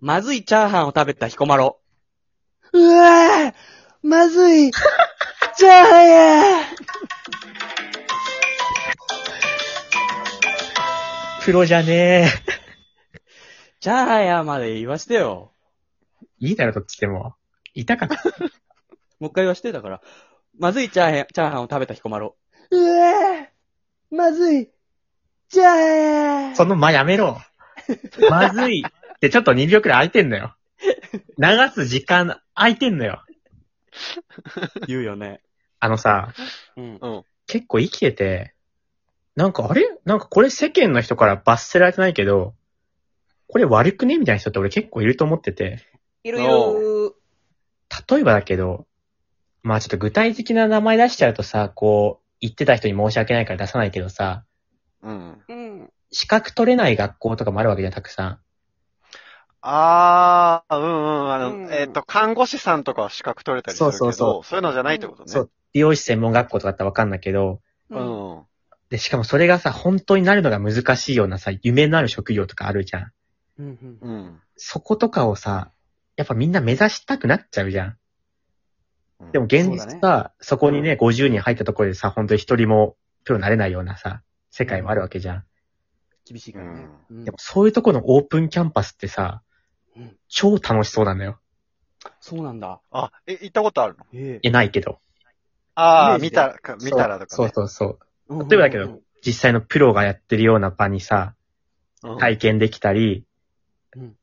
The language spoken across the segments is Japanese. まずいチャーハンを食べた彦摩呂。うわぁまず いチャーハンやプロじゃねチャーハンやまで言わしてよ。いいだろ、どっちでも。痛かった。もう一回言わしてだから。まずいチャーハン、チャーハンを食べた彦摩呂。え。うわぁまずいチャーハンやその間やめろ。まずい。ってちょっと2秒くらい空いてんのよ。流す時間空いてんのよ。言うよね。あのさ、うん。うん。結構生きてて、なんかあれなんかこれ世間の人から罰せられてないけど、これ悪くねみたいな人って俺結構いると思ってて。いるよ例えばだけど、まあちょっと具体的な名前出しちゃうとさ、こう、言ってた人に申し訳ないから出さないけどさ、うん。うん。資格取れない学校とかもあるわけじゃん、たくさん。あー、うんうん。あの、うんえっ、と、看護師さんとかは資格取れたりするけそど、そうそううそいうのじゃないってことね。そう。美容師専門学校とかだったらわかんないけど、うん。うん。で、しかもそれがさ、本当になるのが難しいようなさ、夢のある職業とかあるじゃん。うん。うん。そことかをさ、やっぱみんな目指したくなっちゃうじゃん。うんでも現実そうだねさ、そ,、こにね、50人入ったところでさ、本当に一人もプロになれないようなさ、世界もあるわけじゃん。厳しいからね。うんでもそういうとこのオープンキャンパスってさうん、超楽しそうなんだよ。そうなんだ。あ、え、行ったことあるのえいや、ないけど。あイメーー、見ジでたら、か見たらとかそうね。そうそう。え例えばだけど。実際のプロがやってるような場にさ、うん体験できたり、うん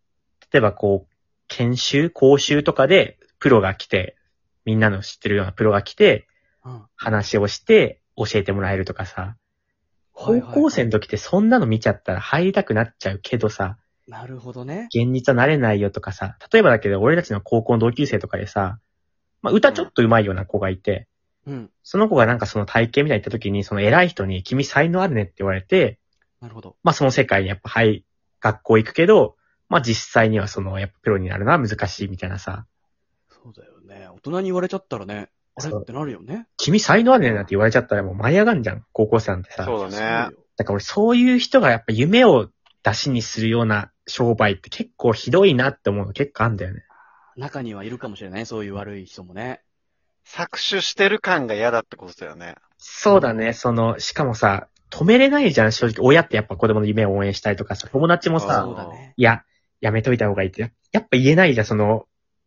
例えばこう、研修、講習とかで、プロが来て、みんなの知ってるようなプロが来て、うん話をして、教えてもらえるとかさ、はいは高いはい校生の時ってそんなの見ちゃったら入りたくなっちゃうけどさ、なるほどね。現実はなれないよとかさ、例えばだけど俺たちの高校の同級生とかでさ、まあ歌ちょっと上手いような子がいて、うん。その子がなんかその体験みたいに行った時に、その偉い人に君才能あるねって言われて、なるほど。まあその世界にやっぱ、はい、学校行くけど、まあ実際にはその、やっぱプロになるのは難しいみたいなさ、そうだよね。大人に言われちゃったらね、あれそうってなるよね。君才能あるねなんて言われちゃったらもう舞い上がんじゃん、高校生なんてさ。そうだね。だから俺そういう人がやっぱ夢を出しにするような商売って結構ひどいなって思うの結構あんだよね。中にはいるかもしれない、そういう悪い人もね。搾取してる感が嫌だってことだよね。そうだね、その、しかもさ、止めれないじゃん、正直。親ってやっぱ子供の夢を応援したいとかさ、友達もあさ、そうだね。いや、やめといた方がいいって、ややっぱ言えないじゃん、その、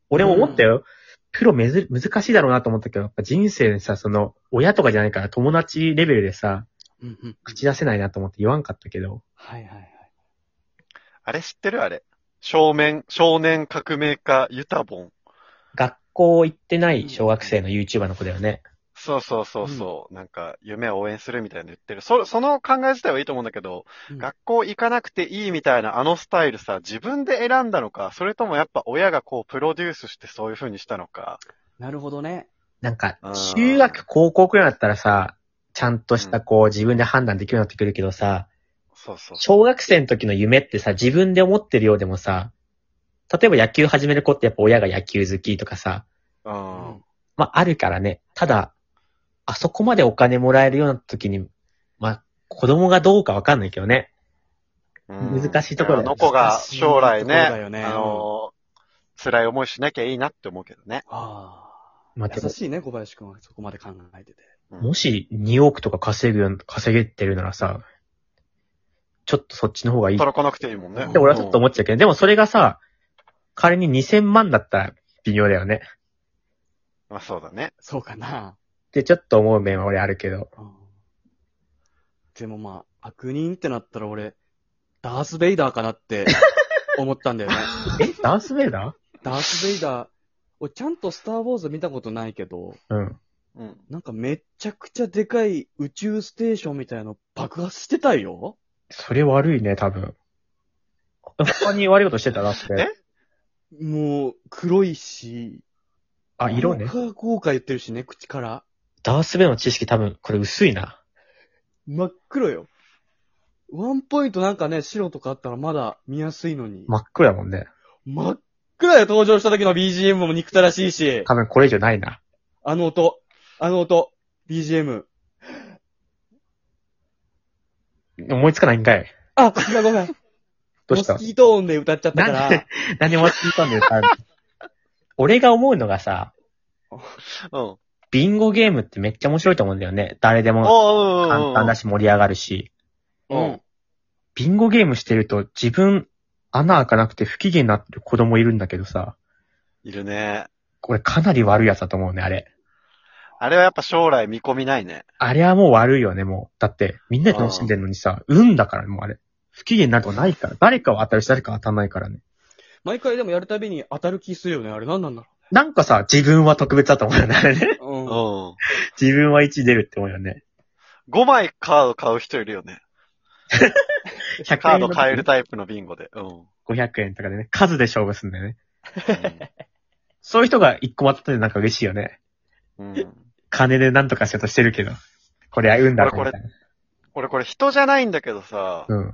俺も思ったよ。プロめず、難しいだろうなと思ったけど、やっぱ人生でさ、その、親とかじゃないから友達レベルでさ、うんうん。口出せないなと思って言わんかったけど、はいはいはい。あれ知ってるあれ。少年、少年革命家ユタボン。学校行ってない小学生の YouTuber の子だよね。そうそうそうそう。なんか、夢を応援するみたいなの言ってる。そ、その考え自体はいいと思うんだけど、うん学校行かなくていいみたいなあのスタイルさ、自分で選んだのか、それともやっぱ親がこうプロデュースしてそういう風にしたのか。なるほどね。なんかうん、中学、高校くらいだったらさ、ちゃんとしたこう、自分で判断できるようになってくるけどさ、そうそうそう。小学生の時の夢ってさ、自分で思ってるようでもさ、例えば野球始める子ってやっぱ親が野球好きとかさ、うん。まあ、あるからね。ただ、あそこまでお金もらえるような時に、まあ、子供がどうかわかんないけどね。うん難しいところだよあの子が将来難しいところだね、よねあのー辛い思いしなきゃいいなって思うけどね。あまあ、あ。で優も、しいね、小林くんはそこまで考えてて。うんもし2億とか稼ぐよう、稼げてるならさ、ちょっとそっちの方がいい。働かなくていいもんね。で、俺はちょっと思っちゃうけど、でもそれがさ、仮に2000万だったら微妙だよね。まあそうだね。そうかな。で、ちょっと思う面は俺あるけど。うんでもまあ、悪人ってなったら俺、ダース・ベイダーかなって 思ったんだよね。え、ダンスベイダダース・ベイダー、俺ちゃんとスター・ウォーズ見たことないけど、ーうん。うん。なんかめちゃくちゃでかい宇宙ステーションみたいの爆発してたよそれ悪いね、多分。他に悪いことしてたなっえて。もう、黒いし、あ、色ね。効果効果言ってるしね、口から。ダースベイダーの知識多分、これ薄いな。真っ黒よ。ワンポイントなんかね、白とかあったらまだ見やすいのに。真っ黒だもんね。真っ暗よ、登場した時の BGM も憎たらしいし。多分これ以上ないな。あの音。あの音。BGM。思いつかないんかい。あ、ごめんごめん。 どうモしたスキート音で歌っちゃったから、何も聞いたんだよ、多分 俺が思うのがさ、うん。ビンゴゲームってめっちゃ面白いと思うんだよね。誰でもおーうんうんうん。簡単だし盛り上がるし。うん。ビンゴゲームしてると自分穴開かなくて不機嫌になってる子供いるんだけどさ、いるね。これかなり悪いやつだと思うね、あれ。あれはやっぱ将来見込みないね。あれはもう悪いよね、もう。だって、みんなで楽しんでるのにさ、運だから、もうあれ。不機嫌になるとかないから。誰かは当たるし、誰かは当たんないからね。毎回でもやるたびに当たる気するよね。あれ何なんだろなんかさ、自分は特別だと思うよね、あれね。う。ううんん。。自分は1出るって思うよね。 5枚カード買う人いるよね。 100カード買えと。るタイプのビンゴで。うん。うん500円とかでね、数で勝負すんだよね。そういう人が1個当たってなんか嬉しいよね。うん。金で何とかしようとしてるけど。これは運だろ、みこたれいな。俺これ人じゃないんだけどさ、うん。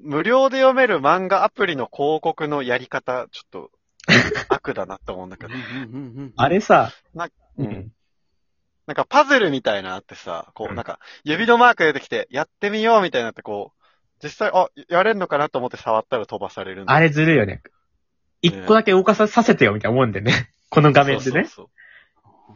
無料で読める漫画アプリの広告のやり方、ちょっと、悪だなって思うんだけうんど。うんうんうんあれさ、 ううんん。なんかパズルみたいなのあってさ、こうなんか指のマーク出てきて、やってみようみたいなのってこう、実際、あ、やれんのかなと思って触ったら飛ばされるんだあれずるいよね。一個だけ動かささせてよ、みたいな思うんだよね。 この画面でね。そうそう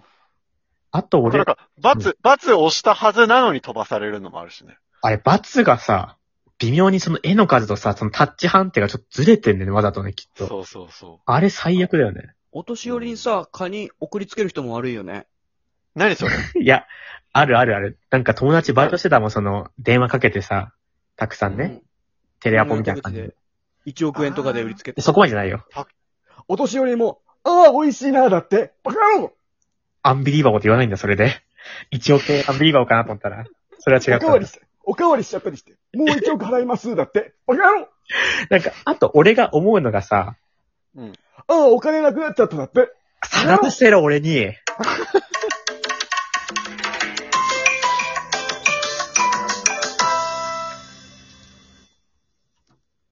あとそう。な俺ん、か、罰、罰押したはずなのに飛ばされるのもあるしね。あれ、バツがさ、微妙にその絵の数とさ、そのタッチ判定がちょっとずれてんだよね、わざとね、きっと。そうそうそあれ最悪だよね。 お年寄りにさ、蚊に送りつける人も悪いよね。う。何それいや、あるあるある。なんか友達バイトしてたもん、その、電話かけてさ、たくさんね、うんテレアポみたいな感じうんで。 1億円とかで売りつけて。そこまでじゃないよ。お年寄りも、ああ、美味しいな、だって。バカ野郎アンビリーバボーって言わないんだ、それで。一億円アンビリーバボーかなと思ったら、それは違った。して、おかわりしちゃったりして、もう1億払います、だって。バカ野郎なんか、あと俺が思うのがさ、ああ、お金なくなっちゃった、だって。探してろ、俺に。